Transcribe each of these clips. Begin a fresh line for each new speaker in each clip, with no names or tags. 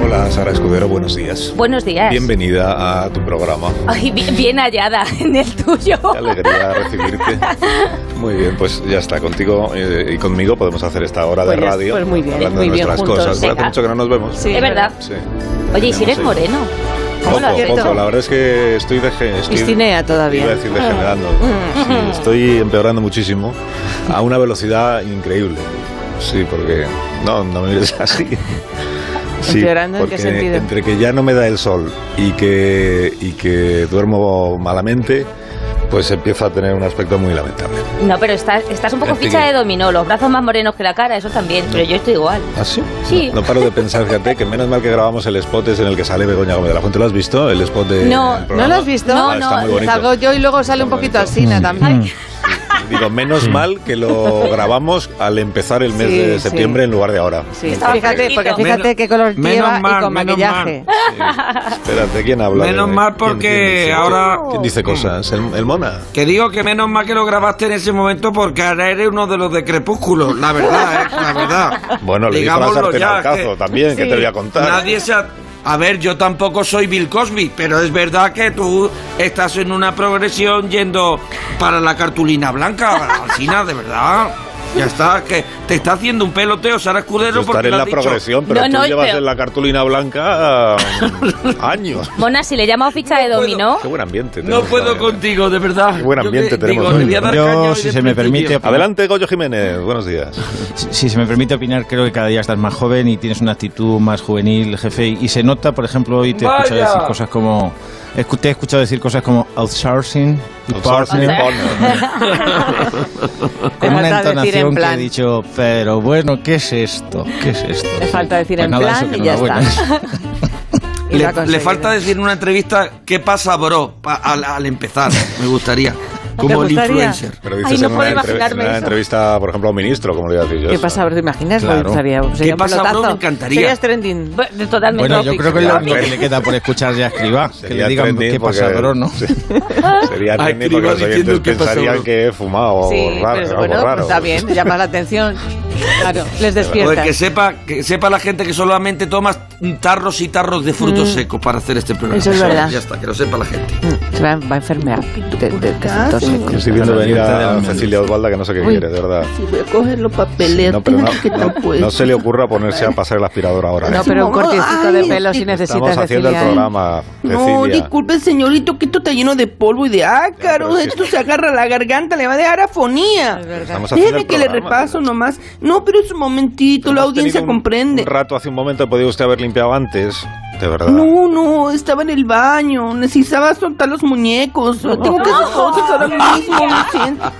Hola, Sara Escudero, buenos días.
Buenos días.
Bienvenida a tu programa.
Ay, bi- bien hallada en el tuyo.
Qué alegría recibirte. Muy bien, pues ya está, contigo eh, y conmigo podemos hacer esta hora
Pues
de
ya-
radio.
pues muy bien,
hablando
muy
de
bien,
nuestras
juntos,
cosas. Hace
venga.
mucho que no nos vemos.
Sí.
es verdad.
Sí.
Oye, y si
Tenemos
eres
ahí-
moreno. ¿Cómo
Poco,
lo haces?
poco. La verdad es que estoy, deje, estoy
Cristinea todavía. Ah. Mm.
Iba a decir degenerando. Sí, estoy empeorando muchísimo a una velocidad increíble. Sí, porque no, no me mires así.
¿Empeorando en qué sentido?
Entre que ya no me da el sol y que y que duermo malamente, pues empieza a tener un aspecto muy lamentable.
No, pero estás, estás un poco
Fíjate
ficha
que-
de dominó. Los brazos más morenos que la cara, eso también. Pero yo estoy igual.
¿Ah, sí?
Sí.
No, no paro de pensar, fíjate, que menos mal que grabamos el spot es en el que sale Begoña Gómez de la Fuente. ¿Lo has visto? El spot de.
No,
del
¿No
programa.
lo has visto?
No,
Ah,
no,
está muy bonito.
Salgo yo y luego sale un
Está muy
poquito
bonito.
Alsina también.
Digo, menos mal que lo grabamos al empezar el mes
Sí,
de
sí.
septiembre en lugar de ahora.
Sí,
Estaba
fíjate, porque
fresquito.
fíjate
Menos-
qué color
menos
lleva y
mal,
con
menos
maquillaje.
Espérate, ¿quién habla?
Menos
de-
mal
quién-
porque
quién dice?
ahora-
¿Quién dice cosas? ¿El, el Mona?
Que digo que menos mal que lo grabaste en ese momento porque ahora eres uno de los de Crepúsculo, la verdad, eh, la verdad.
Bueno, le digo a
Digámoslo
Sartén
ya,
al cazo
que
también, que te voy a contar.
Nadie se ha- A ver, yo tampoco soy Bill Cosby, pero es verdad que tú estás en una progresión yendo para la cartulina blanca, Alcina, de verdad. Ya está, que te está haciendo un peloteo Sara
Yo
Escudero porque
estaré
le
en la
has dicho-
progresión, pero
No,
tú
no,
llevas
pero-
en la cartulina blanca mm, años.
Mona, si le llamo ficha de
puedo.
dominó.
Qué buen ambiente.
No
tenemos
puedo
ahora.
contigo, de verdad.
Qué buen
Yo
ambiente
te-
tenemos
digo,
hoy.
le voy a dar
Yo,
caño hoy
si
de
se me
principio.
permite,
Adelante, Goyo Jiménez. Buenos días.
Si se me permite opinar, creo que cada día estás más joven y tienes una actitud más juvenil, jefe. Y se nota, por ejemplo, hoy te he escuchado
Vaya.
decir cosas como. escu- Te he escuchado decir cosas como outsourcing, y
Outsourcing
partner,
partner.
con
Ah, Te falta
una
decir en
entonación que he
plan.
dicho, pero bueno, ¿qué es esto? ¿Qué es esto?
Te falta decir
Pues
en
nada,
plan
eso, que
y ya
enhorabuena.
está. Y lo ha
Le, le
conseguido.
falta decir en una entrevista qué pasa, bro, pa- al, al empezar. Me gustaría. Como el
gustaría?
influencer.
Pero dices
Ay, no
en,
puedo
una entrev-
imaginarme
en una
eso.
entrevista, por ejemplo, a un ministro, como le iba a decir yo.
¿Qué
eso.
pasa, bro? ¿Te imaginas?
Claro.
Lo gustaría, sería un
pasa, bro? Me
pelotazo.
encantaría.
Serías trending.
Bueno, Totalmente.
Bueno, yo creo que es lo único que le queda por escuchar ya a Escribá, que
Sería
le digan
trending
qué pasa,
porque-
bro, ¿no?
Sí. Sería
Ah,
trending porque
escriba
los oyentes
diciendo qué pasó,
pensarían
bro.
que he fumado
Oh,
o
Sí,
raro,
pero
algo
bueno,
raro.
está bien, llama la atención. Claro, les
Pues
despierta.
que sepa, que sepa la gente que solamente tomas tarros y tarros de frutos secos para hacer este programa.
Mm. Eso es verdad.
Ya está, que lo sepa la gente.
Se va, va a enfermear. De, de- de sector seco.
Yo estoy viendo
La
venir
libertad de
a
los
Cecilia Osvalda que no sé qué quiere, de verdad.
Si voy a coger los papeles,
No, pero no,
que
no-
no puedo.
no se le ocurra ponerse a pasar el aspirador ahora.
No,
¿eh?
pero un
Ay,
cortecito de pelo si
Estamos
necesitas,
haciendo el
Cecilia, ¿eh?
programa,
No,
Cecilia.
disculpe, señorito, que esto está lleno de polvo y de
Ya, pero es
ácaros.
que-
Esto se agarra a la garganta, le va a dejar afonía.
Estamos haciendo
Déjeme
el
que le
programa,
repaso
¿no?
nomás. No, pero es un momentito, la
Hemos
audiencia
tenido un-
comprende.
Un rato hace un momento podía usted haber limpiado antes, de verdad.
No, no, estaba en el baño. Necesitaba soltar los muñecos. Tengo que hacer cosas ahora mismo, lo siento.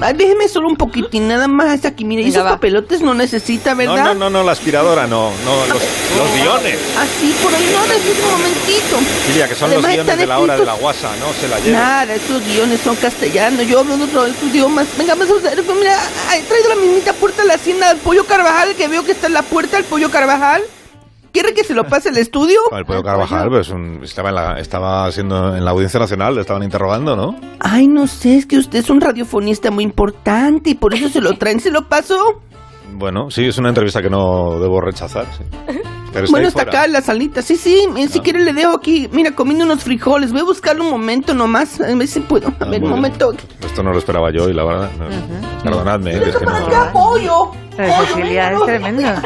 Ay, déjeme solo un poquitín, nada más hasta aquí. Mire,
Venga,
esos
va.
papelotes no necesita,
no,
¿verdad?
no, no, no, la aspiradora no, no los, los guiones.
Así, por ahí no, necesito un momentito.
Cecilia, que son los
Además, está
guiones de la hora de la
descrito-
guasa, no se la lleve.
Nada, esos guiones son castellanos. Yo hablo en otro de sus idiomas. Venga, vamos a usar. Mira, ah, he traído la mismita puerta de la hacienda del pollo Carvajal, que veo que está en la puerta del pollo Carvajal. ¿Quiere que se lo pase al estudio?
El pueblo Carvajal, pues un- estaba, en la, estaba siendo en la Audiencia Nacional, le estaban interrogando, ¿no?
Ay, no sé, es que usted es un radiofonista muy importante y por eso se lo traen, se lo paso.
Bueno, sí, es una entrevista que no debo rechazar. sí. Pero está
bueno,
ahí
está
fuera. Ah.
acá en la salita. Sí, sí, eh, si quiere le dejo aquí. Mira, comiendo unos frijoles. Voy a buscarlo un momento nomás. A ver si puedo.
Ah,
A ver,
muy
un
bien.
momento.
Esto no lo esperaba yo y la verdad. no. Perdonadme, eh, es que no.
Acá, pollo.
Pero
Pollo,
Cecilia
venga,
es
no.
tremenda.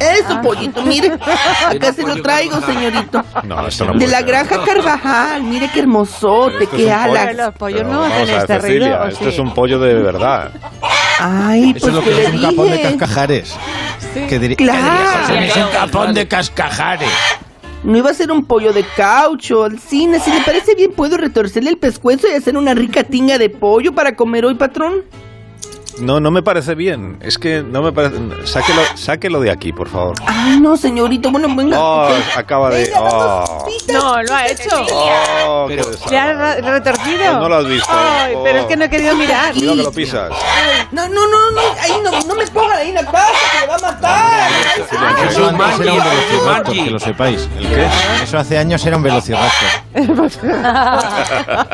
Eso, pollito, mire. Acá se lo
pollo
traigo,
Carvajal.
señorito.
No, esto no
De
puede
la
ser.
granja Carvajal, mire qué
Pero esto
hermosote,
es
qué
un pollo.
Pero
alas.
los pollos
Pero
no
vamos
hacen
a ver,
este ruido.
Cecilia,
¿o
esto
sí?
es un pollo de verdad.
Ay,
Eso
pues
es lo
que
que
le
es un capón de
dije.
cascajares. ¿Qué diri-
Claro.
Es un capón de cascajares.
No iba a ser un pollo de caucho, al cine. Si le parece bien, puedo retorcerle el pescuezo y hacer una rica tinga de pollo para comer hoy, patrón.
No, no me parece bien. Es que no me parece. Sáquelo, sáquelo de aquí, por favor.
Ay, no, señorito, bueno, venga.
Oh, acaba de. Oh,
No, lo ha hecho.
oh, qué
Pero-
desastre.
Le ha re-
Pues
retorcido.
no lo has visto.
Ay,
Oh.
pero es que no he querido mirar.
Cuidado que lo pisas.
No, no, no, no, ahí no, no me pongan ahí en la casa, que me va a matar.
Eso antes
Jumanji,
era un
Jumanji.
velociraptor, que lo sepáis.
¿El
¿Eh?
qué?
Eso hace años era un velociraptor.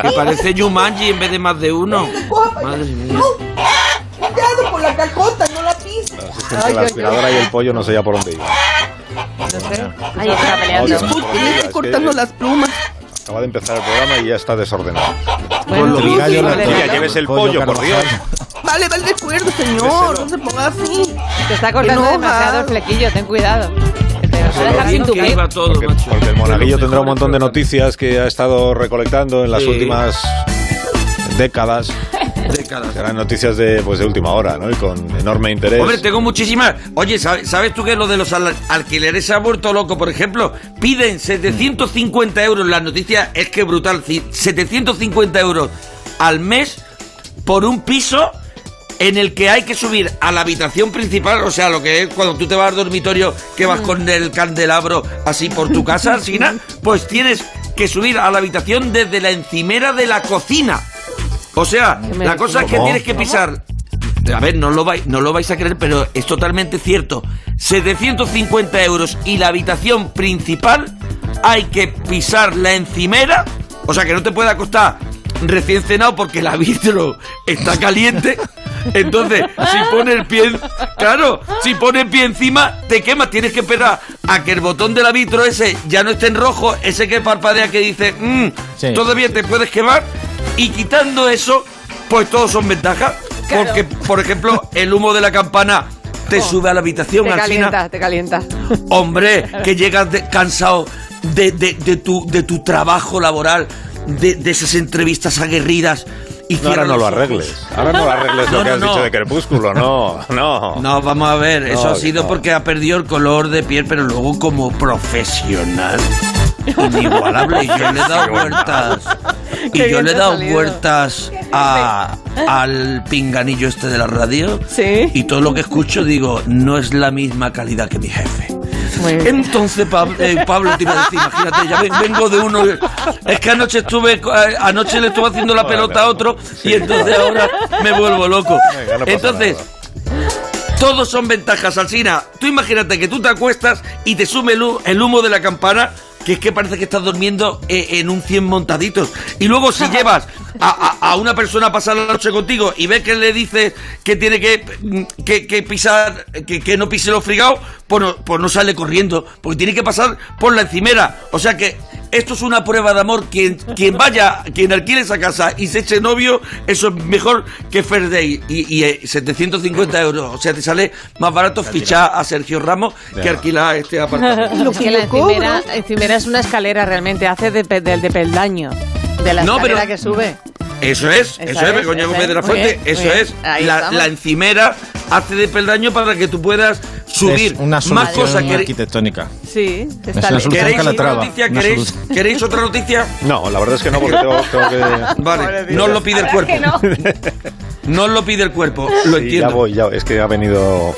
Que parece Yumanji en vez de más de uno.
Coja,
Madre mía.
no. Cuidado con la cajota, no la pises.
Entre la aspiradora y el pollo no sé ya por dónde iba.
Ahí está peleando.
Odio.
Disculpe, le estoy cortando las plumas.
Acaba de empezar el programa y ya está desordenado.
Con lo del gallo, la
Vale,
Oye,
torre,
lleves el
con
pollo, por
Carvajal.
Dios.
Vale, vale, de acuerdo, señor. No se ponga así.
Te está cortando
Enoja.
demasiado el flequillo, ten cuidado. Que te vas a
Ahora
Lo
está
dejar
bien
sin tu
que
pez.
iba todo,
Porque,
macho.
porque el monaguillo
Lo
tendrá un
mejor
montón de
pero
noticias que ha estado recolectando en las
Sí.
últimas décadas.
también décadas.
Serán noticias de, pues, de última hora, ¿no? Y con enorme interés.
Hombre, tengo muchísimas. Oye, ¿sabes, sabes tú que lo de los al- alquileres se ha vuelto loco? Por ejemplo, piden 750 euros. La noticia es que brutal. ci- 750 euros al mes por un piso en el que hay que subir a la habitación principal. O sea, lo que es cuando tú te vas al dormitorio que vas con el candelabro así por tu casa, Sina, pues tienes que subir a la habitación desde la encimera de la cocina. O sea, la cosa es que
¿Cómo?
tienes que pisar a ver, no lo, vais, no lo vais a creer, pero es totalmente cierto. 750 euros y la habitación principal hay que pisar la encimera. O sea que no te puede acostar recién cenado porque el vitro está caliente. Entonces, si pone el pie, en- claro, si pone el pie encima, te quemas. Tienes que esperar a que el botón del vitro ese ya no esté en rojo, ese que parpadea que dice, "Mm,
Sí.
todavía te puedes quemar. Y quitando eso, pues todos son ventajas. Porque, por ejemplo, el humo de la campana te sube a la habitación,
Oh. Te
Alsina.
calienta, te calienta.
Hombre, que llegas de- cansado de, de- de tu, de tu trabajo laboral, de, de esas entrevistas aguerridas. Y
No, ahora no lo
cierras los ojos.
arregles. Ahora no lo arregles lo
No,
que
no,
has
no.
dicho de Crepúsculo. No, no.
No, vamos a ver, eso
No,
ha sido
no.
porque ha perdido el color de piel, pero luego como profesional. Inigualable, y yo le he dado vueltas.
Qué
Y yo
bien
le he
te ha
dado
salido.
vueltas a- al pinganillo este de la radio.
Sí.
Y todo lo que escucho digo, no es la misma calidad que mi jefe.
Eh. Muy bien.
Entonces, Pab- eh, Pablo, te iba a decir, imagínate, ya ven- vengo de uno. Es que anoche estuve, co- eh, anoche le estuve haciendo la
Bueno,
pelota a otro y entonces ahora me vuelvo loco.
Venga, no pasa
Entonces, todos son ventajas, Alsina. Tú imagínate que tú te acuestas y te sume el, hu- el humo de la campana, que es que parece que estás durmiendo eh, en un 100 montaditos. Y luego si llevas a, a- a una persona a pasar la noche contigo y ves que le dices que tiene que, mm, que, que pisar, que, que no pise los frigados, pues no, pues no sale corriendo, porque tiene que pasar por la encimera. O sea que esto es una prueba de amor. Quien, quien vaya, quien alquile esa casa y se eche novio, eso es mejor que Fair Day. Y, y, eh, 750 euros. O sea, te sale más barato fichar a Sergio Ramos que
Ya.
alquilar este apartamento.
Lo
Es
que
que la
yo cobro.
encimera, encimera es una escalera realmente, hace de, pe- del de peldaño. De la
No,
escalera
pero-
que sube.
Eso es,
Esa
eso es,
es,
Begoña
esa
Gómez
es.
de la
Muy
Fuente.
bien, muy
eso
bien.
es.
Ahí
La,
estamos.
la encimera hace de peldaño para que tú puedas subir
Es una
más
solución
cosas. que-
arquitectónica.
Sí, te
Es
está
la
bien.
solución.
¿Queréis
que la
otra
traba.
noticia?
Una
¿Queréis,
solución.
¿Queréis otra noticia?
No, la verdad es que no, porque tengo, tengo que.
Vale, no os lo pide el cuerpo.
Que no.
No os lo pide el cuerpo, lo
Sí, ya
entiendo.
voy, ya. Es que ha venido.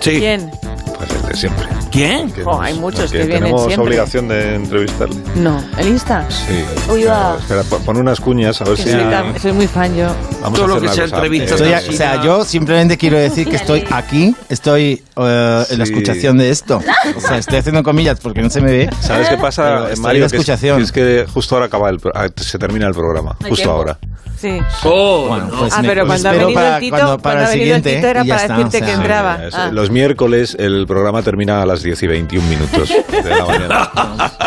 Sí.
¿Quién?
Pues el de siempre.
¿Quién?
Que
Oh, hay muchos que vienen
Tenemos
siempre.
obligación de entrevistarle.
No, el Insta.
Sí.
Uy, va.
Espera, pon pon unas cuñas, a ver si.
Sí, tam- soy muy fan yo.
Vamos
Todo
a
lo
hacer
que
una
sea
cosa.
entrevistas,
Eh,
Estoy a-
sí.
o sea, yo simplemente quiero decir que estoy aquí, estoy eh, en la
Sí.
escuchación de esto. O sea, estoy haciendo comillas porque no se me ve.
¿Sabes qué pasa,
Pero estoy
Mario?
de
Que es,
escuchación.
que es que justo ahora acaba el pro- ah, se termina el programa,
Hay
justo
tiempo.
ahora.
Sí.
Oh,
Bueno,
no.
pues
Ah,
me-
pero
os
cuando ha
espero
venido
para,
el Tito-
cuando, para
cuando ha
el
venido el
siguiente
Tito era
y ya
para
está,
decirte
o sea,
que entraba.
Es-
Ah.
Los miércoles el programa termina a las 10 y 21 minutos de la mañana.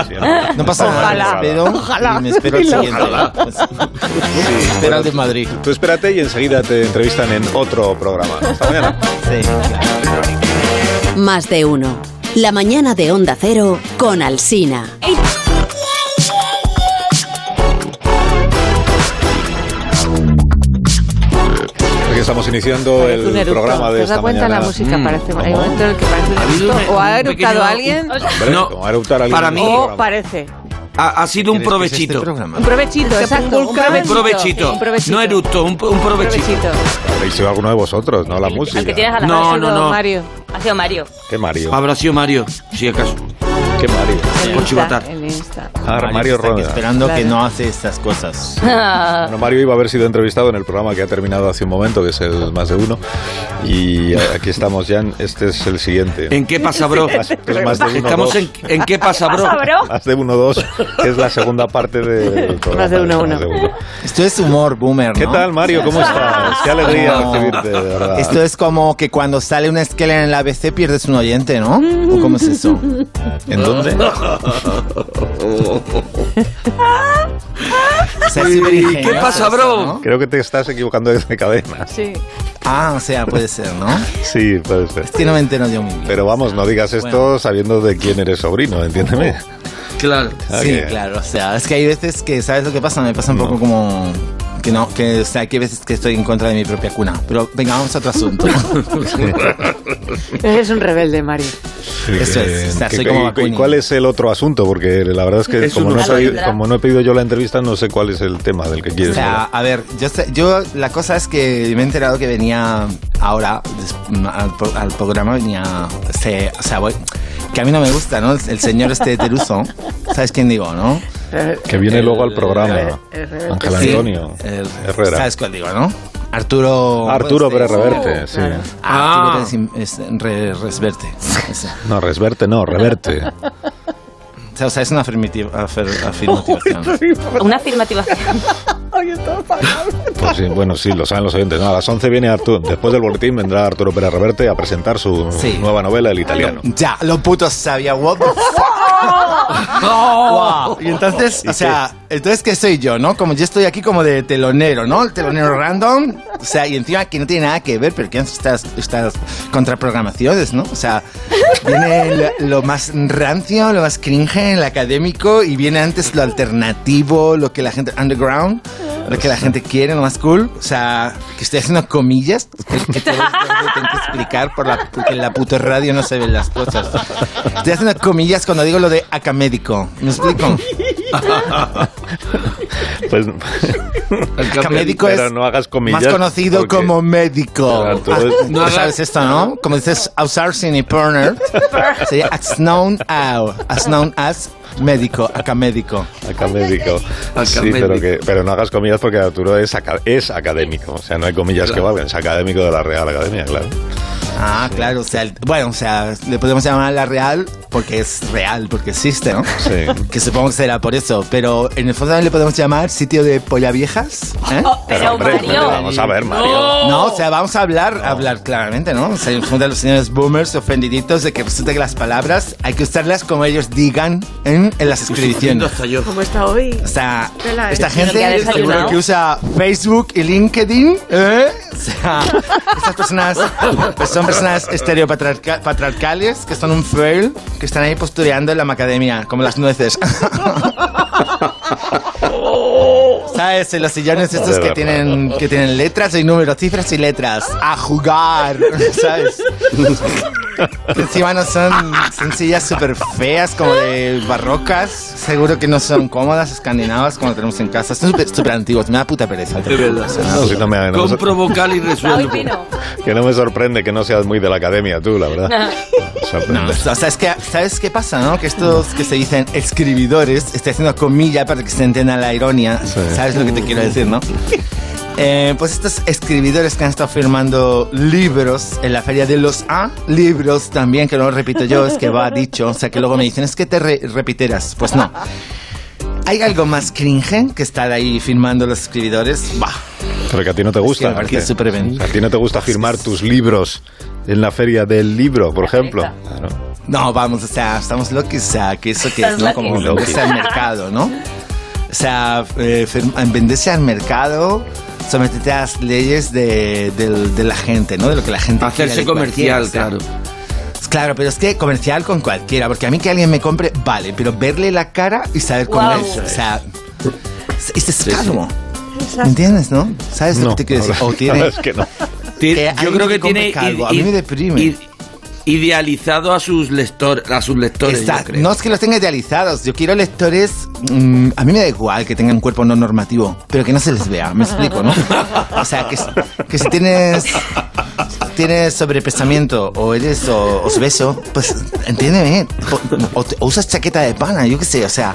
Sí,
No pasa nada.
Ojalá.
Me espero,
Ojalá.
y me espero el
Ojalá.
siguiente.
Sí,
Espera
bueno,
el de Madrid.
Tú espérate y enseguida te entrevistan en otro programa. Hasta mañana.
Sí.
Más de uno. La mañana de Onda Cero con Alsina.
Aquí estamos iniciando
Parece un
el
eructo.
programa de
¿Te has
esta
dado Pues cuenta
mañana.
la música?
Mm,
parece
¿cómo?
hay un momento en el que parece un
Ha habido
eructo.
un-
o ha
un
eructado
pequeño-
alguien
Hombre,
No,
como va a eructar alguien
para
en
mí-
otro
o
programa.
parece.
Ha, ha sido un
¿Crees que es
provechito.
este programa?
Un provechito,
Se
exacto.
pulca.
un provechito.
Un provechito.
No eructo, un, un
Un
provechito.
provechito.
Habéis sido alguno de vosotros, no la música.
Al que tienes a la
Ha
No,
sido
no, no.
Mario.
Ha sido Mario.
Qué Mario,
Habrá sido Mario, si acaso.
qué Mario.
El
Por
Insta,
chivatar.
el Insta.
Ah, Mario,
Mario está aquí
Rueda.
esperando
Claro.
que no hace estas cosas.
Bueno, Mario iba a haber sido entrevistado en el programa que ha terminado hace un momento, que es el más de uno. Y aquí estamos, Jan. Este es el siguiente.
¿En qué pasa, bro?
Más- es más de uno,
Estamos
dos.
en, en qué pasa, bro.
Pasa, bro.
Más de uno, dos, que es la segunda parte del programa.
Más de uno,
Más de
uno.
uno.
Esto es humor, boomer.
¿Qué
¿no?
tal, Mario? ¿Cómo estás? Qué alegría
No.
recibirte, de verdad.
Esto es como que cuando sale una esquela en la ABC pierdes un oyente, ¿no? ¿O cómo es eso?
¿En dónde?
O sea, es superingenioso
¿Qué pasa,
eso,
bro?
¿no?
Creo que te estás equivocando de cadena.
Sí.
Ah, o sea, puede ser, ¿no?
Sí, puede ser.
Es que no me entero yo muy bien.
Pero vamos, no digas esto
Bueno.
sabiendo de quién eres sobrino, entiéndeme.
Claro.
Ah,
sí,
que-
claro, o sea, es que hay veces que, ¿sabes lo que pasa? Me pasa un poco
No.
como... Que no, que, o sea, que hay veces que estoy en contra de mi propia cuna. Pero venga, vamos a otro asunto.
Eres un rebelde, Mario.
Eso es, o sea,
¿Qué-
soy
qué- y-
como
¿Y
Bakunin.
cuál es el otro asunto? Porque la verdad es que
Es
como,
un
no he
asunto.
sabido- como no he pedido yo la entrevista, no sé cuál es el tema del que
O
quieres
sea,
hablar.
a ver, yo, sé- yo la cosa es que me he enterado que venía ahora des- mm, al, pro- al programa, venía, se- o sea, voy- que a mí no me gusta, ¿no? El señor este de Teruso, ¿sabes quién digo, no?
Que viene
el-
luego al programa.
el- el-
Ángel
Sí,
Antonio
el-
Herrera.
¿Sabes cuál digo, no? Arturo...
Arturo Pérez
Pérez
Reverte, sí.
Ah,
Ah.
Arturo Pérez Im- es- Re- Resverte. ese.
No, Resverte no, Reverte.
O sea, o sea, es una afirmativa. afer- afirmación.
Una afirmativa.
Pues sí, bueno, sí, lo saben los oyentes. No, a las 11 viene Arturo. Después del boletín vendrá Arturo Pérez Reverte a presentar su
Sí.
nueva novela, El Italiano.
ya, los putos sabían. What the fuck?
Oh.
Wow. Y entonces, o sea, entonces que soy yo, ¿no? Como yo estoy aquí como de telonero, ¿no? El telonero random. O sea, y encima que no tiene nada que ver, pero que estas, estas contraprogramaciones, ¿no? O sea, viene lo, lo más rancio, lo más cringe, el académico, y viene antes lo alternativo, lo que la gente underground, lo que la gente quiere, lo más cool. O sea, que estoy haciendo comillas, que, que todo esto lo tengo que explicar por la, porque en la puta radio no se ven las cosas. Estoy haciendo comillas cuando digo lo de acamédico. ¿Me explico?
Pues,
Acamédico
pero
es
no hagas comillas.
más conocido
porque-
como médico. Ah,
Pero Arturo es-
No sabes esto, ¿no? Como dices outsourcing y burner. Sería as known as, as known as médico, acamédico.
Académico. Sí,
Académico.
pero, que, pero no hagas comillas porque Arturo es, aca- es académico. O sea, no hay comillas que valgan. Es académico de la Real Academia, claro.
Ah, claro, o sea, el- bueno, o sea, le podemos llamar la real porque es real, porque existe, ¿no?
Sí.
Que supongo que será por eso, pero en el fondo también le podemos llamar sitio de pollaviejas, ¿eh?
Pero,
hombre,
Mario.
Vamos a ver, Mario.
No, o sea, vamos a hablar, a hablar claramente, ¿no? O sea, en el fondo los señores boomers ofendiditos de que resulta que las palabras hay que usarlas como ellos digan en, en las
Entiendo
escribiciones.
hasta yo.
¿Cómo está hoy?
O sea,
Tela,
esta
es
gente
que ha
seguro
desayunado.
que usa Facebook y LinkedIn, ¿eh? O sea, estas personas pues son personas estereopatriarca- patriarcales que son un fail, que están ahí postureando en la macademia, como las nueces. ¿Sabes? En los sillones estos que tienen, que tienen letras y números, cifras y letras. A jugar, ¿sabes? Encima no son, son sillas súper feas, como de barrocas. Seguro que no son cómodas, escandinavas, como tenemos en casa. Son súper súper antiguos, me da puta pereza.
De verdad.
No, Pues si no me, no me sor-
Compro vocal
Hoy
y resuelvo.
vino.
que no me sorprende que no seas muy de la academia tú, la verdad. Me sorprende.
No, o sea, es que, ¿sabes qué pasa, no? Que estos que se dicen escribidores, estoy haciendo comilla para que se entienda la ironía. ¿Sabes lo que te quiero decir, no? Eh, pues estos escribidores que han estado firmando libros en la feria de los A, libros también, que no lo repito yo, es que va dicho, o sea que luego me dicen, es que te re- repiteras, pues no. ¿Hay algo más cringe que estar ahí firmando los escribidores? Bah,
Pero que a ti no te
que
gusta.
me parece
Marte.
súper bien.
O sea, a ti no te gusta firmar tus libros en la feria del libro, por ejemplo. Claro.
No, vamos, o sea, estamos locos, o sea, que eso que es,
Estamos
¿no? Como
loquis.
venderse al mercado, ¿no? O sea, eh, fir- venderse al mercado, someterte a las leyes de, del- de la gente, ¿no? De lo que la gente quiere
Hacerse
de cualquiera,
comercial,
o sea. pues,
claro.
Claro, pero es que comercial con cualquiera, porque a mí que alguien me compre, vale, pero verle la cara y saber cómo
Guau.
es, o sea, este es calmo. ¿Entiendes, no? ¿Sabes lo
No,
que te quiero
la
decir? O
verdad
tiene,
es que no.
Ti-
Que
yo
alguien
creo
que
que
compre
tiene
calvo,
id-
a mí me
id-
deprime.
id- idealizado a sus lectores, a sus lectores, yo
Está-
creo.
no es que los tenga idealizados, yo quiero lectores mm, a mí me da igual que tengan un cuerpo no normativo, pero que no se les vea, me explico, ¿no? O sea, que, s- que si tienes tienes sobrepesamiento o eres o- obeso, pues entiéndeme, o, o te- o usas chaqueta de pana, yo qué sé, o sea,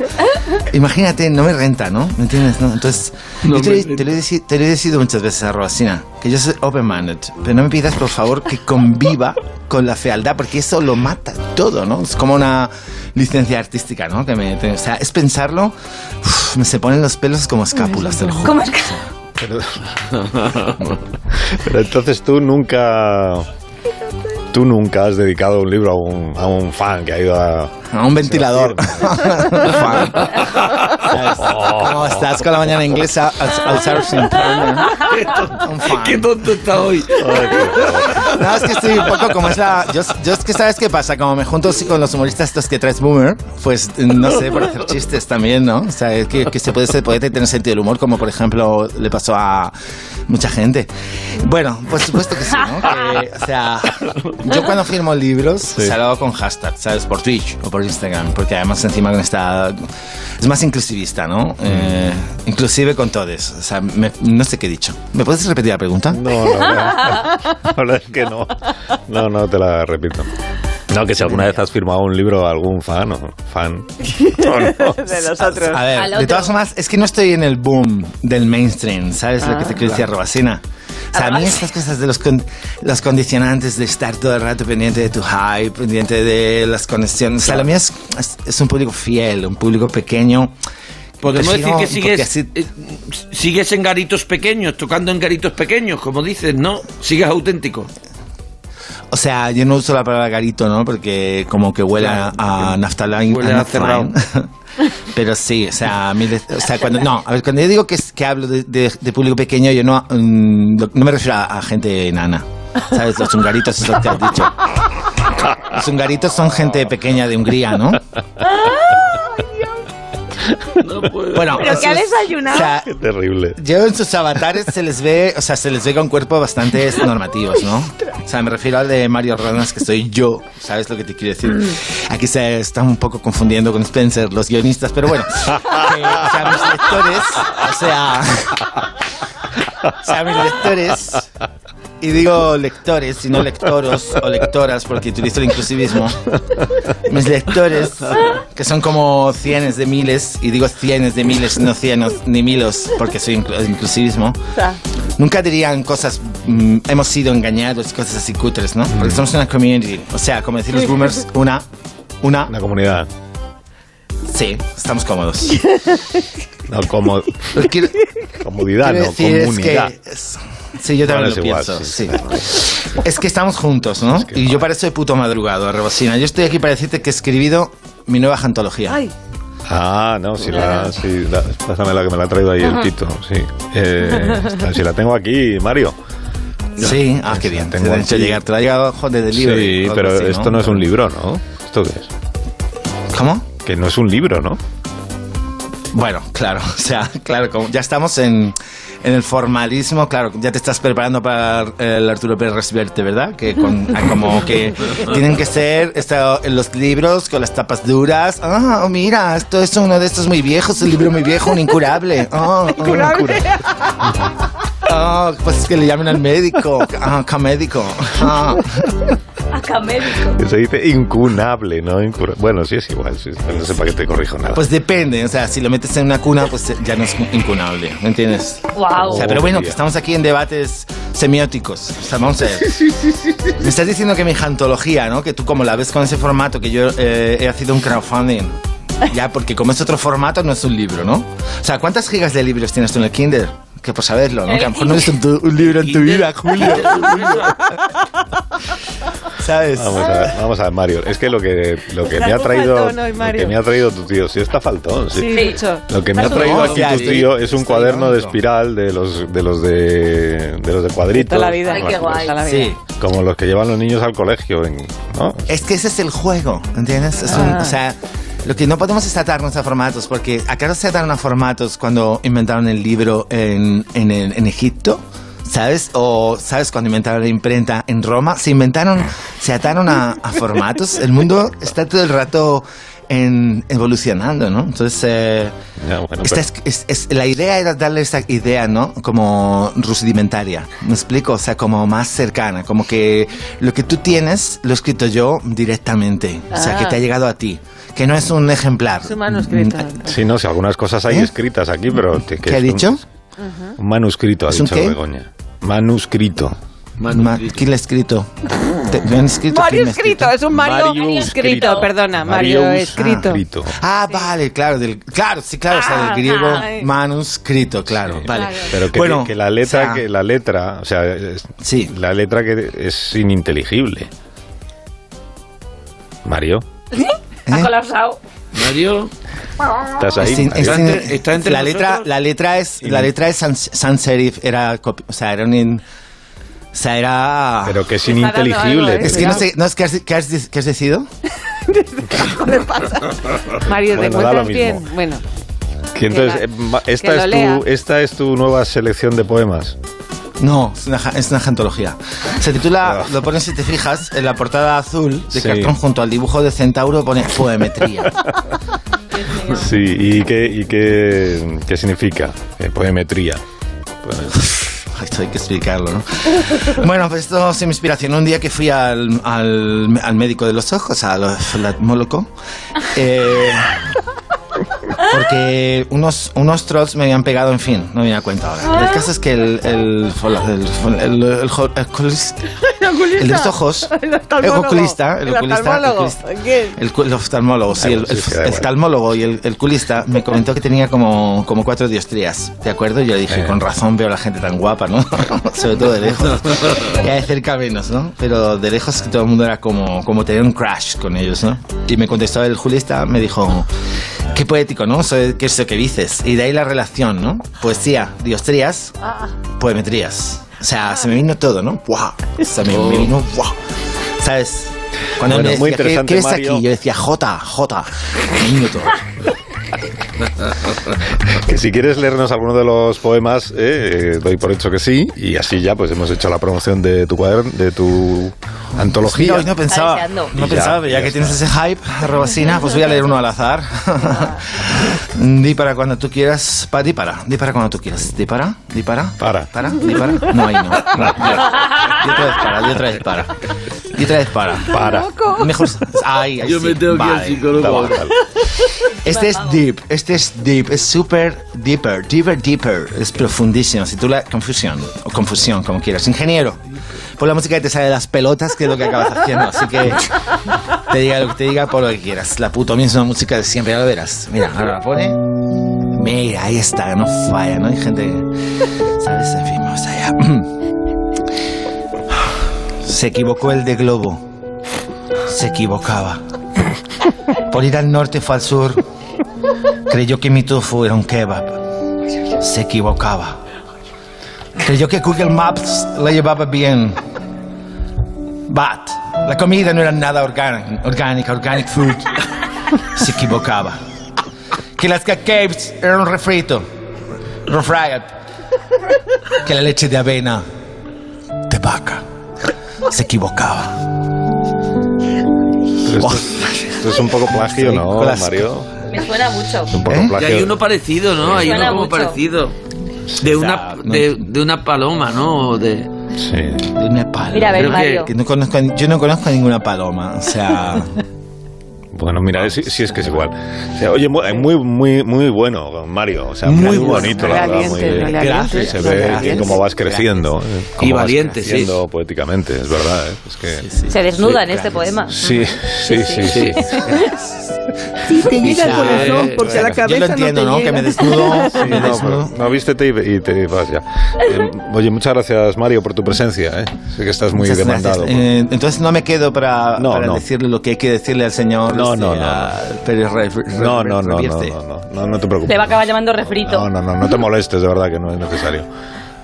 imagínate, no me renta, ¿no? ¿Me entiendes? no? Entonces,
No
yo te,
me
lo- te lo he deci- te lo he decidido muchas veces a Robacina, que yo soy open-minded, pero no me pidas, por favor, que conviva con la fealdad, porque eso lo mata todo, ¿no? Es como una licencia artística, ¿no? Que me, te- o sea, es pensarlo, uf, me se ponen los pelos como escápulas, te lo juro.
¿Cómo es que-
Pero, Pero entonces tú nunca. Tú nunca has dedicado un libro a un, a un fan que ha ido a.
A un ventilador.
Fan. Oh.
¿Cómo estás con la mañana inglesa? Al- al Sargent Turner.
Qué tonto-
Un fan.
Qué tonto está hoy.
No, es que estoy un poco como es la. Yo, yo es que sabes qué pasa, como me junto sí, con los humoristas estos que traes Boomer, pues no sé, por hacer chistes también, ¿no? O sea, es que, que se puede ser poeta y tener sentido del humor, como por ejemplo le pasó a mucha gente. Bueno, por supuesto que sí, ¿no? Que, o sea, yo cuando firmo libros, se lo hago con hashtag, ¿sabes? Por Twitch o por Instagram, porque además encima con esta. Es más inclusivista, ¿no? Eh, inclusive con todos. O sea, me- no sé qué he dicho. ¿Me puedes repetir la pregunta?
No, la verdad, la verdad es que no. No, no, te la repito. No, que si alguna vez has firmado un libro a algún fan o fan. o no.
de nosotros.
A
Al
ver,
otro.
de todas formas, es que no estoy en el boom del mainstream, ¿sabes? Lo que
Ah.
te quiero decir, Robacina. O sea, a mí estas cosas de los, con- los condicionantes, de estar todo el rato pendiente de tu hype, pendiente de las conexiones. O sea, lo mío es, es- es un público fiel, un público pequeño.
Podemos decir
Persigo-
que sigues,
porque así-
eh, sigues en garitos pequeños, tocando en garitos pequeños, como dices, ¿no? Sigues auténtico.
O sea, yo no uso la palabra garito, ¿no? Porque como que huele a- a naftalín.
Huele a
naftalín. Pero sí, o sea, a mí le- o sea, cuando, no, a ver, cuando yo digo que, es- que hablo de, de- de público pequeño, yo no, mm, lo- no me refiero a, a gente enana. ¿Sabes? Los hungaritos, eso que has dicho. Los hungaritos son gente pequeña de Hungría, ¿no? Bueno,
¿Pero qué ha
esos-
desayunado?
O sea,
Qué terrible.
yo en sus avatares se les ve, o sea, se les ve con cuerpos bastante normativos, ¿no? O sea, me refiero al de Mario Ronas, que soy yo, ¿sabes lo que te quiero decir? Aquí se están un poco confundiendo con Spencer, los guionistas, pero bueno. que, o sea, mis lectores, o sea. O sea, mis lectores. Y digo lectores y no lectoros o lectoras porque utilizo el inclusivismo. Mis lectores, que son como cienes de miles, y digo cienes de miles, no cienos ni milos porque soy inclu- inclusivismo, nunca dirían cosas, mm, hemos sido engañados, cosas así cutres, ¿no? Porque somos una community. O sea, como decir los boomers, una, una,
Una comunidad.
sí, estamos cómodos.
No, como,
Lo que quiero-
comodidad,
quiero
Ah, no,
decir es
comunidad.
que- es- sí, yo
Bueno,
también
es
lo
igual,
pienso.
sí,
sí. Es que estamos juntos, ¿no? y yo para eso de puto madrugado, Rebocina. Yo estoy aquí para decirte que he escribido mi nueva antología.
Ay,
Ah, no, si la, si la- Pásame la que me la ha traído ahí el Tito, sí. Eh, está- si la tengo aquí, Mario.
Sí, ah, qué
Sí,
bien.
tengo
Te han hecho
aquí.
llegar, te la ha llegado ojo de delivery. o
sí,
algo
pero
así,
esto no es un libro, ¿no? ¿Esto qué es?
¿Cómo?
Que no es un libro, ¿no?
Bueno, claro, o sea, claro, como ya estamos en, en el formalismo, claro, ya te estás preparando para el Arturo Pérez Verte, ¿verdad? Que con- ah, como que tienen que ser esta- los libros con las tapas duras. Ah, mira, esto es uno de estos muy viejos, un libro muy viejo, un incurable. Ah, ah, ah, pues es que le llamen al médico. Ah, acá médico. Ah.
Acá médico.
Que se dice incunable, ¿no? Incura- Bueno, sí es igual, sí, no sé para qué te corrijo nada.
Pues depende, o sea, si lo metes en una cuna, pues ya no es incunable, ¿me entiendes?
Wow.
O sea, pero bueno,
Hostia.
que estamos aquí en debates semióticos. O sea, vamos a ver. Me estás diciendo que mi jantología, ¿no? Que tú como la ves con ese formato, que yo eh, he sido un crowdfunding. Ya, porque como es otro formato, no es un libro, ¿no? O sea, ¿cuántas gigas de libros tienes tú en el kinder? Que por saberlo, ¿no? Que a lo mejor no es un, tu- un libro en tu vida, Julio. ¿Sabes?
Vamos a, ver, vamos a ver, Mario. Es que lo que, lo que
Está
me ha
tú
traído.
faltón hoy,
Lo que
Mario.
me ha traído tu tío, sí está faltón, sí.
sí,
Sí.
mucho.
Lo que me ha
Está
traído
sudoroso.
aquí tu
Sí,
tío es un
estoy
cuaderno de
bronco.
espiral de los de los de, de los de cuadritos. pues,
Toda la vida.
Ay, qué guay.
Toda la vida.
Sí.
Como los que llevan los niños al colegio, en- ¿no?
Es que ese es el juego, ¿entiendes? Es un- o sea, lo que no podemos es atarnos a formatos, porque acá se ataron a formatos cuando inventaron el libro en, en, el- en Egipto, ¿sabes? O, ¿sabes? Cuando inventaron la imprenta en Roma, se inventaron, se ataron a, a formatos. El mundo está todo el rato en- evolucionando, ¿no? Entonces, eh,
Ya, bueno, pues,
esta es, es- es- la idea era darle esta idea, ¿no? Como rudimentaria, ¿me explico? O sea, como más cercana, como que lo que tú tienes lo he escrito yo directamente, o sea,
Ah.
que te ha llegado a ti, que no es un ejemplar. Mm,
Su manuscrito.
pero- Sí, no, si algunas cosas hay
¿Eh?
escritas aquí, pero... te- que
¿Qué ha
es un-
dicho?
Un manuscrito, ha
¿Es un
dicho
qué?
Begoña. Manuscrito.
Ma- ¿Quién le ha escrito? ¿Te- me han este escrito?
Mario
¿Quién me ha
escrito, es un Mario,
Mario
escrito,
escrito.
perdona, Mario,
Mario
escrito.
escrito.
Ah, vale, claro, del, claro, sí, claro, o sea,
Ah,
del griego
ay.
manuscrito, claro, vale.
Pero que,
Bueno,
que la letra,
o sea,
que la letra, o sea, es-
Sí.
la letra que es ininteligible. Mario,
Ha
¿eh?
colapsado.
Mario.
¿estás Pues ahí?
Es in-
Mario?
es
Está
in-
entre- está entre
Este, la letra,
nosotros.
la letra es, la letra es sans, sans serif, era, copi- o sea, era un, in- o sea, era,
Pero que es
Está dando
ininteligible.
algo, ¿eh?
es que no sé, no es que has, ¿qué has, de- qué has decidido?
Ah, Mario, ¿te
Bueno, da
encuentras
lo mismo.
bien? Bueno,
Que entonces,
Que
eh, ma- esta
que lo
es,
lea.
tu, esta es tu nueva selección de poemas.
No, es una, ja- es una jantología. Se titula, lo pones si te fijas, en la portada azul de
Ah. Sí.
cartón junto al dibujo de centauro pone poemetría.
Sí, ¿y qué, y qué, qué significa? Eh, poemetría. Pues,
Ay, Esto hay que explicarlo, ¿no? Bueno, pues esto es mi inspiración. Un día que fui al, al, al médico de los ojos, al oftalmólogo, eh, porque unos, unos trolls me habían pegado, en fin, no me da cuenta ahora. El caso es que el... el, el, el- el- el oculista- el de los ojos,
El
el
oftalmólogo.
oculista, el
El
oculista, el
oftalmólogo.
oculista,
¿Quién?
el, cu- el oftalmólogo, sí,
Ah,
el,
bueno, sí, sí, da
el
igual.
oftalmólogo y el, el culista me comentó que tenía como, como cuatro diostrías, ¿de acuerdo? Yo le dije,
Eh.
con razón veo a la gente tan guapa, ¿no? Sobre todo de lejos. Ya de cerca menos, ¿no? Pero de lejos que todo el mundo era como, como tener un crash con ellos, ¿no? Y me contestó el culista, me dijo, qué poético, ¿no? Eso- ¿Qué es eso que dices? Y de ahí la relación, ¿no? Poesía, diostrías, poemetrías. O sea, se me vino todo, ¿no? ¡Guau! O sea, me, me vino ¡guau! ¿Sabes? Cuando
Oh. Bueno,
me
muy
decía, ¿qué,
interesante,
qué es
Mario.
aquí? Yo decía, J, J, un minuto.
que si quieres leernos alguno de los poemas, eh, eh, doy por hecho que sí, y así ya pues hemos hecho la promoción de tu cuaderno, de tu antología.
Mira, hoy no pensaba,
deseando.
no
Y ya,
pensaba, pero ya
ya
que
está.
tienes ese hype, Robasina, pues voy a leer uno al azar. di para cuando tú quieras, pa, di para, di para cuando tú quieras, di para, di para,
Para.
para, di para. No, ahí no. no. Di otra vez para, di otra vez para, di otra vez para.
Para.
Mejor, ay, ay,
Yo
sí,
me tengo que ir al
vale.
Está
psicólogo.
bajando.
Este es deep, este es deep, es super deeper, deeper, deeper, es profundísimo, se titula Confusión, o Confusión, como quieras. Ingeniero, por la música que te sale de las pelotas, que es lo que acabas haciendo, así que te diga lo que te diga, por lo que quieras. La puto misma música de siempre, ya lo verás. Mira, ahora la pone. Mira, ahí está, no falla, ¿no? Hay gente que, ¿sabes? En fin, vamos allá. Se equivocó el de globo, se equivocaba. Por ir al norte fue al sur. Creyó que mi tofu era un kebab. Se equivocaba. Creyó que Google Maps la llevaba bien. But la comida no era nada orgánica, orgánica, organic food. Se equivocaba. Que las cupcakes eran un refrito, refried. Que la leche de avena de vaca. Se equivocaba.
Pero esto, es- esto es un poco plagio, ¿no,
Con las-
Mario?
Me suena mucho.
Es un poco
¿Eh?
Y
plagio.
hay uno parecido, ¿no? Hay uno
Suena
como
mucho.
parecido. De una,
no
de,
entiendo.
de una paloma, ¿no? O de...
Sí.
De una paloma.
Mira, a ver,
Creo que-
Mario.
Que no conozco, yo no conozco ninguna paloma, o sea...
Bueno, mira, si, si es que es igual. O sea, oye, mu- muy, muy, muy bueno, Mario. O sea, muy,
Muy bueno.
bonito, la verdad. Muy
Valiente,
bien.
valiente.
Gracias. Eh, Se ve
Gracias.
que cómo vas creciendo. eh, cómo
Y
vas
valiente, sí.
creciendo poéticamente, es verdad. eh, Es que...
Se desnuda en este poema.
Sí, sí, sí, sí.
Sí, te llega al
Ya,
corazón
eh,
porque
bueno,
la cabeza
Yo lo entiendo,
no
¿no?
te
Que
llega.
me desnudo,
Sí,
me
no,
desnudo.
pero- no, vístete y, y te vas ya. Eh, oye, muchas gracias, Mario, por tu presencia. ¿eh? Sé que estás muy
Muchas
demandado.
gracias. Eh, entonces no me quedo para,
No,
para
no.
decirle lo que hay que decirle al señor.
No,
este,
no, no,
a Pérez Re- Re-
No, no, no, no,
Revierte.
no, no, no, no te preocupes.
Te va a acabar llamando refrito.
No, no, no, no te molestes, de verdad que no es necesario.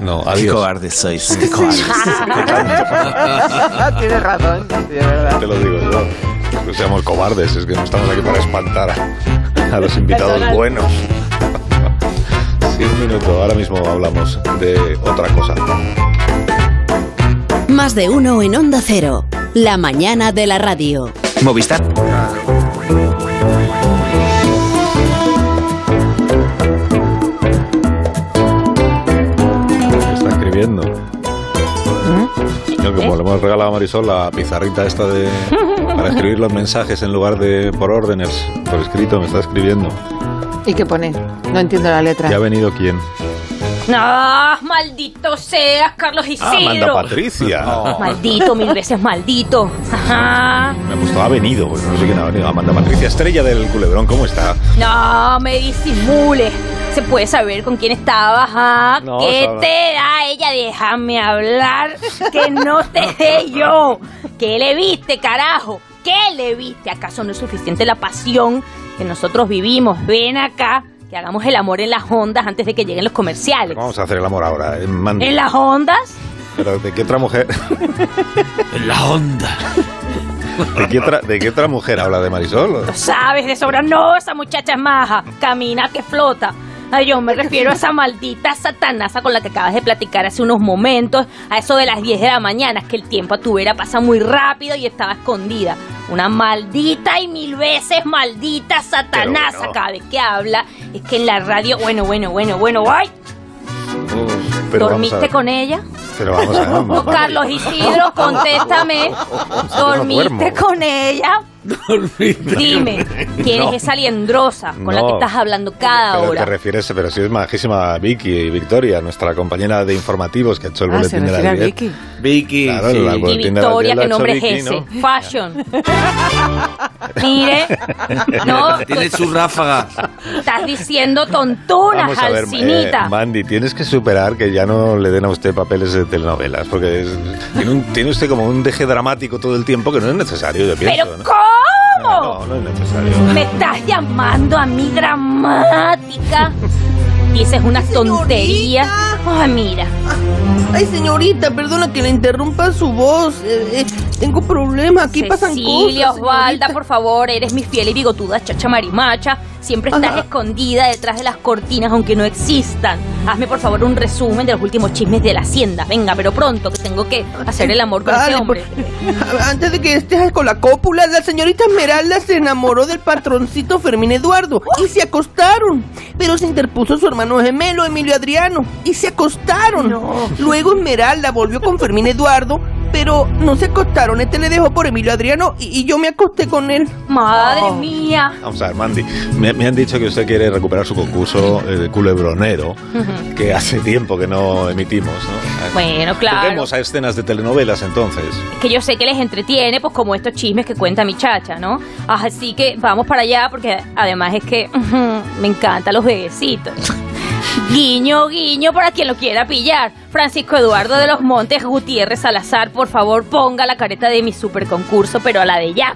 No,
Qué
adiós.
cobardes sois, qué cobardes.
Tienes razón, sí, de verdad.
Te lo digo yo. No seamos cobardes, es que no estamos aquí para espantar a, a los invitados
Personal.
buenos. Sí, un minuto, ahora mismo hablamos de otra cosa.
Más de uno en Onda Cero. La mañana de la radio.
Movistar.
hemos regalado a Marisol la pizarrita esta de para escribir los mensajes en lugar de por órdenes, por escrito, me está escribiendo.
¿Y qué pone? No entiendo la letra.
¿Ya ha venido quién?
¡Ah, maldito seas, Carlos
Ah, manda
Isidro!
Patricia.
maldito, mil veces maldito. Ajá.
Me ha puesto, ha venido, pues no sé quién ha venido. Amanda Patricia, estrella del culebrón, ¿cómo está?
No, me disimule. Se puede saber con quién estabas. ¿ah?
No,
¿Qué
sabe.
te da ella? Déjame hablar. Que no te dé yo. ¿Qué le viste, carajo? ¿Qué le viste? ¿Acaso no es suficiente la pasión que nosotros vivimos? Ven acá, que hagamos el amor en las ondas antes de que lleguen los comerciales.
Vamos a hacer el amor ahora. eh, Manda.
¿En las ondas?
Pero, ¿De qué otra mujer?
La onda.
¿De qué, otra- de qué otra mujer habla de Marisol?
Lo sabes de sobra. No, esa muchacha es maja. Camina que flota. Ay, yo me refiero a esa maldita satanasa con la que acabas de platicar hace unos momentos, a eso de las 10 de la mañana, es que el tiempo a tu vera pasa muy rápido y estaba escondida. Una maldita y mil veces maldita satanasa.
bueno.
Cada vez que habla, es que en la radio, bueno, bueno, bueno, bueno, ¡ay!
Pero vamos a
¿Dormiste
ver.
con ella?
Pero vamos a ver.
No,
vamos.
Carlos Isidro, contéstame. ¿Dormiste
duermo.
con ella? Dime, ¿quién
No.
es esa liendrosa con la que
No.
estás hablando cada
Pero te
hora?
refieres, pero sí es majísima Vicky y Victoria, nuestra compañera de informativos que ha hecho el
Ah, se
boletín de
refiere a
la
Vicky.
Vicky.
Claro,
sí.
la-
Y
Boletín de las
Victoria,
diez la
qué nombre es
ha hecho
ese.
Vicky,
Fashion. Mire, no,
Tiene
tú
su ráfaga.
estás diciendo tontunas,
Vamos a ver,
alcinita.
eh, Mandy, tienes que superar que ya no le den a usted papeles de telenovelas, porque es- tiene, un- tiene usted como un deje dramático todo el tiempo que no es necesario, yo pienso.
Pero
¿no? No,
¿cómo?
no es necesario.
Me estás llamando a mí dramática. Dices unas
Señorita.
tonterías. Ay, mira.
Ay, señorita, perdona que le interrumpa su voz. Eh, eh, tengo problemas, aquí pasan
Cecilia,
cosas.
Osvalda,
señorita.
por favor, eres mi fiel y bigotuda chacha marimacha. Siempre estás
Ajá.
escondida detrás de las cortinas, aunque no existan. Hazme, por favor, un resumen de los últimos chismes de la hacienda. Venga, pero pronto, que tengo que hacer el amor con
Vale,
este hombre.
por- Antes de que estés con la cópula, la señorita Esmeralda se enamoró del patroncito Fermín Eduardo y se acostaron. Pero se interpuso su hermano gemelo, Emilio Adriano, y se acostaron. Luego Esmeralda volvió con Fermín Eduardo, pero no se acostaron. Este le dejó por Emilio Adriano y, y yo me acosté con él.
Madre
Oh.
mía.
Vamos a ver, Mandy, me, me han dicho que usted quiere recuperar su concurso eh, culebronero, que hace tiempo que no emitimos, ¿no?
Bueno, claro.
Juguemos a escenas de telenovelas entonces.
que yo sé que les entretiene, pues como estos chismes que cuenta mi chacha, ¿no? Así que vamos para allá porque además es que ujú, me encantan los bebecitos. Guiño, guiño, para quien lo quiera pillar. Francisco Eduardo de los Montes Gutiérrez Salazar, por favor, ponga la careta de mi super concurso, pero a la de ya.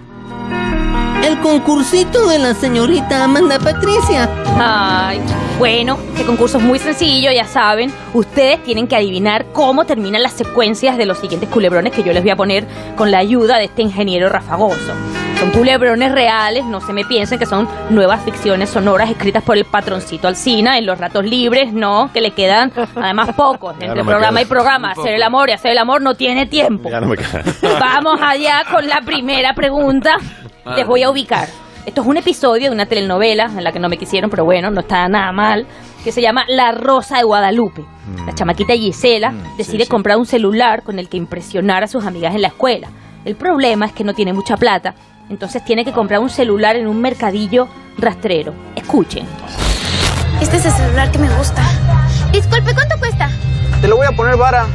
El concursito de la señorita Amanda Patricia.
Ay, bueno, este concurso es muy sencillo, ya saben. Ustedes tienen que adivinar cómo terminan las secuencias de los siguientes culebrones que yo les voy a poner con la ayuda de este ingeniero rafagoso. Son culebrones reales, no se me piensen que son nuevas ficciones sonoras escritas por el patroncito Alcina en los ratos libres, no, que le quedan además pocos.
Ya
Entre
no me
programa
queda.
y programa, hacer el amor y hacer el amor no tiene tiempo.
Ya no me queda.
Vamos allá con la primera pregunta. Les voy a ubicar. Esto es un episodio de una telenovela en la que no me quisieron, pero bueno, no está nada mal, que se llama La Rosa de Guadalupe. La chamaquita Gisela decide comprar un celular con el que impresionar a sus amigas en la escuela. El problema es que no tiene mucha plata, entonces tiene que comprar un celular en un mercadillo rastrero. Escuchen.
Este es el celular que me gusta. Disculpe, ¿cuánto cuesta?
Te lo voy a poner vara.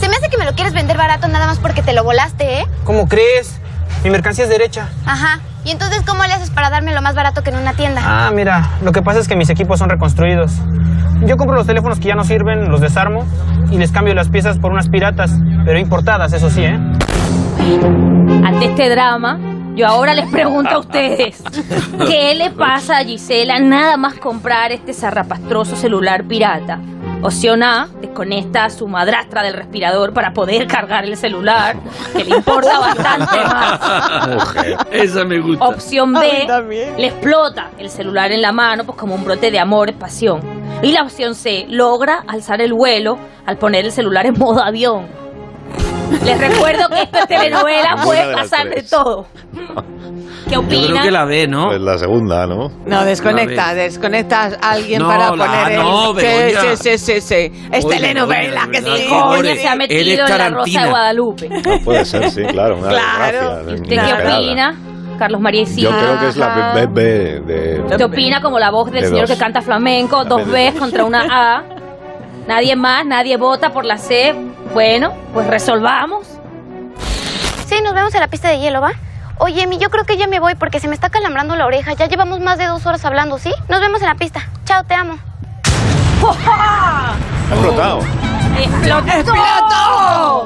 Se me hace que me lo quieres vender barato nada más porque te lo volaste, ¿eh?
¿Cómo crees? Mi mercancía es derecha.
Ajá. ¿Y entonces cómo le haces para darme lo más barato que en una tienda?
Ah, mira, lo que pasa es que mis equipos son reconstruidos. Yo compro los teléfonos que ya no sirven, los desarmo y les cambio las piezas por unas piratas, pero importadas, eso sí, ¿eh?
ante este drama, yo ahora les pregunto a ustedes, ¿qué le pasa a Gisela nada más comprar este zarrapastroso celular pirata? Opción A, desconecta a su madrastra del respirador para poder cargar el celular, que le importa bastante más.
Mujer.
Esa me gusta.
Opción B, le explota el celular en la mano, pues como un brote de amor, pasión. Y la opción C, logra alzar el vuelo al poner el celular en modo avión. Les recuerdo que esta telenovela
Una
puede
de las
pasar de
tres.
todo. ¿Qué
Yo creo
opinan?
que
la ve, ¿no?
Pues la segunda, ¿no?
No, desconecta, desconectas a alguien
No,
para
la-
poner el...
no, Begoña.
sí, sí, sí, sí, sí. Es
Oye,
telenovela,
oye,
que
de
sí.
verdad, Coño, se ha eres
Metido en la Rosa de Guadalupe.
No puede ser, sí, claro. Una
Claro.
desgracia
¿Usted qué
inesperada.
opina? Carlos María
Yo creo que es la
Ajá.
BB de...
¿Usted opina como la voz del
De
señor
dos.
que canta flamenco
La
dos
B de
veces
dos.
contra una A? Nadie más, nadie vota por la C. Bueno, pues resolvamos.
Sí, nos vemos en la pista de hielo, ¿va? Oye, Emi, yo creo que ya me voy porque se me está calambrando la oreja. Ya llevamos más de dos horas hablando, ¿sí? Nos vemos en la pista. Chao, te amo.
Ha explotado.
¡Explotó! ¡No!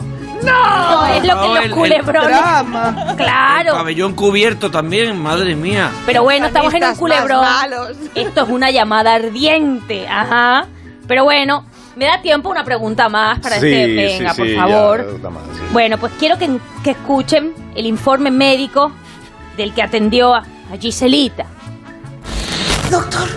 Es lo que
No,
los
el- el
culebrones. Claro.
Pabellón cubierto también, madre mía.
Pero bueno, estamos en un
Analistas más
culebrón.
malos.
Esto es una llamada ardiente, ajá. Pero bueno, me da tiempo una pregunta más para este. Venga, por favor. Bueno, pues quiero que, que escuchen el informe médico del que atendió a, a Giselita.
Doctor,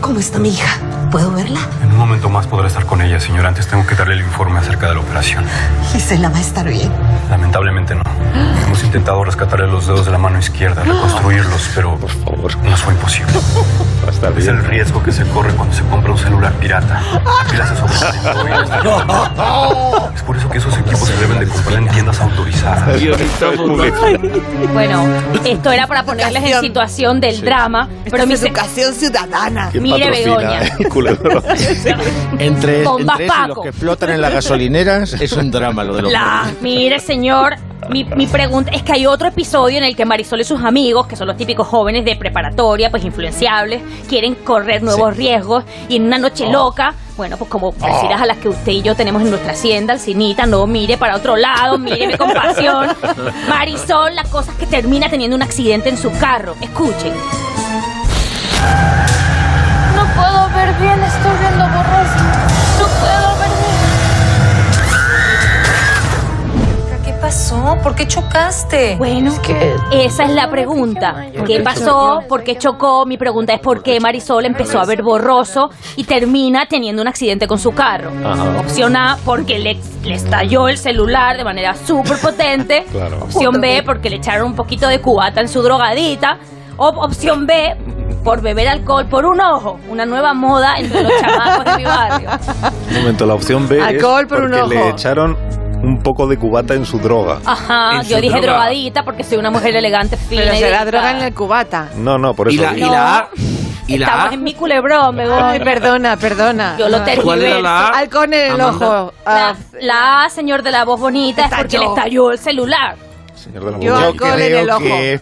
¿cómo está mi hija? ¿Puedo verla?
En un momento más podré estar con ella, señora. Antes tengo que darle el informe acerca de la operación.
Gisela va a estar bien.
Lamentablemente no. Hemos intentado rescatarle los dedos de la mano izquierda, reconstruirlos, pero por favor, nos fue imposible. Es el riesgo que se corre cuando se compra un celular pirata. Las pilas se sobrecalentó y- Es por eso que esos equipos se deben de comprar en tiendas autorizadas.
Bueno, esto era para ponerles en situación del drama. Pero mi educación ciudadana. Mire, Begoña.
eh.
Bomba
entre, entre eso y los
Paco.
que flotan en las gasolineras es un drama lo de los
La- mire, señor, mi, mi pregunta es que hay otro episodio en el que Marisol y sus amigos, que son los típicos jóvenes de preparatoria, pues influenciables, quieren correr nuevos riesgos y en una noche
Oh.
loca, bueno, pues
Oh.
como parecidas a las que usted y yo tenemos en nuestra hacienda, Alcinita, no mire para otro lado, mire con pasión. Marisol, la cosa es que termina teniendo un accidente en su carro. Escuchen.
No puedo ver bien, estoy viendo borroso. No puedo ver bien. ¿Qué pasó? ¿Por qué chocaste?
Bueno, esa es la pregunta. ¿Qué pasó? ¿Por qué chocó? Mi pregunta es por qué Marisol empezó a ver borroso y termina teniendo un accidente con su carro.
Ajá.
Opción A, porque le, le estalló el celular de manera súper potente.
Claro.
Opción B, porque le echaron un poquito de cubata en su drogadita. O opción B, por beber alcohol por un ojo. Una nueva moda entre los chamacos de mi barrio.
Un momento, la opción B
Alcohol
es
por un
porque le
ojo.
echaron un poco de cubata en su droga.
Ajá,
En
yo
su
dije
droga.
drogadita porque soy una mujer elegante, fina
Pero
y
será
dedicada.
droga en el cubata.
No, no, por eso.
Y la- y la A, y la
Estamos
A.
en mi culebrón, me voy.
Ay, perdona, perdona.
Ah,
Yo lo
¿Cuál era la A?
Alcohol en el
Amanda.
ojo. ah,
La, la A, señor de la voz bonita, es porque le estalló el celular.
Yo
alcohol en
creo
el ojo.
que-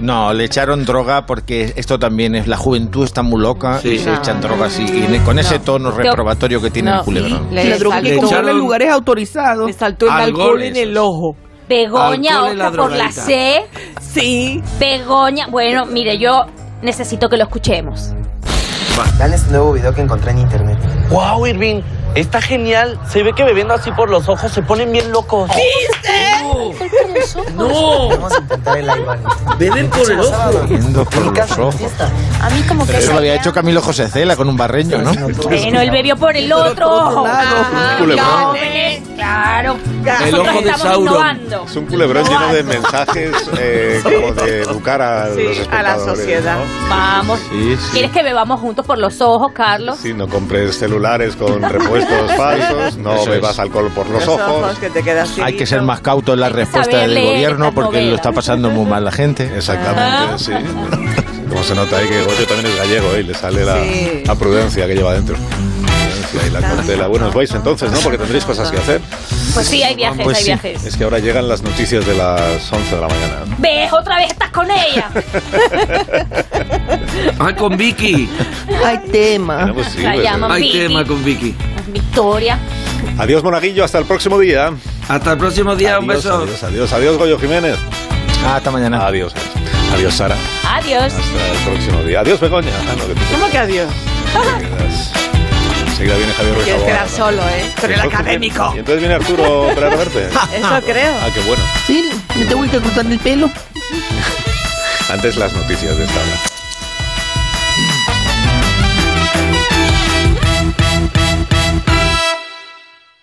No, le echaron droga porque esto también es la juventud está muy loca y se
No.
echan drogas y, y con ese tono reprobatorio que tiene
No.
el culebrón.
Le la droga hay que
Le
comprar en
echaron-
lugares autorizados.
saltó el alcohol alcohol en
el
ojo.
Begoña
Alcohol en la
opta por la
drogadita.
C. Sí. Begoña, bueno, mire, yo necesito que lo escuchemos.
Dale este nuevo video que encontré en internet. ¡Wow, Irving! Está genial. Se ve que bebiendo así por los ojos se ponen bien locos.
No.
Vamos a intentar el iMan.
Beben por el ojo.
Viendo por los ojos.
A mí como
Pero eso lo había hecho Camilo José Cela con un barreño, ¿no?
Bueno, él bebió por el otro ojo. Ajá,
Culebrón.
jóvenes, Claro.
El
Nosotros
ojo de
estamos
Sauron.
innovando.
Es un culebrón lleno de mensajes eh, como de educar a
Sí,
los
a la
espectadores,
sociedad.
¿no?
Vamos.
Sí, sí.
¿Quieres que bebamos juntos por los ojos, Carlos?
Sí, no compres celulares con repuestos falsos, no
Eso es.
bebas alcohol por los ojos.
que te quedas sin-
Hay que ser más cauto en la respuesta
saber
del
leer
gobierno
estas
porque lo
novelas.
está pasando muy mal la gente.
Ah.
Exactamente, sí. Como se nota ahí que Goyo también es gallego ¿eh? y le sale la,
Sí.
la prudencia que lleva dentro. Prudencia y la cortela. Bueno, os vais entonces, ¿no? Porque tendréis cosas que hacer.
Pues sí, hay viajes,
Pues
hay
sí.
viajes.
Es que ahora llegan las noticias de las 11 de la mañana.
¿Ves? Otra vez estás con ella.
Ay, con Vicky.
Hay
Ah.
tema.
Bueno, pues sí,
La
pues,
llaman
eh.
Hay
Vicky.
tema con Vicky.
Victoria.
Adiós, Monaguillo, hasta el próximo día.
Hasta el próximo día, un beso.
Adiós, adiós, adiós, Goyo Jiménez.
hasta mañana.
Adiós, adiós, Sara.
Adiós.
Hasta el próximo día. Adiós, Begoña. Ah, no, que te-
¿Cómo que adiós?
Enseguida viene Javier Ruiz.
Quieres
Taboada,
quedar
¿no?
solo, ¿eh? Con el
Entonces-
académico.
Y entonces viene Arturo Pérez Reverte.
Eso creo.
Ah, qué bueno.
Sí, le tengo que cortar el pelo.
Antes las noticias de esta hora.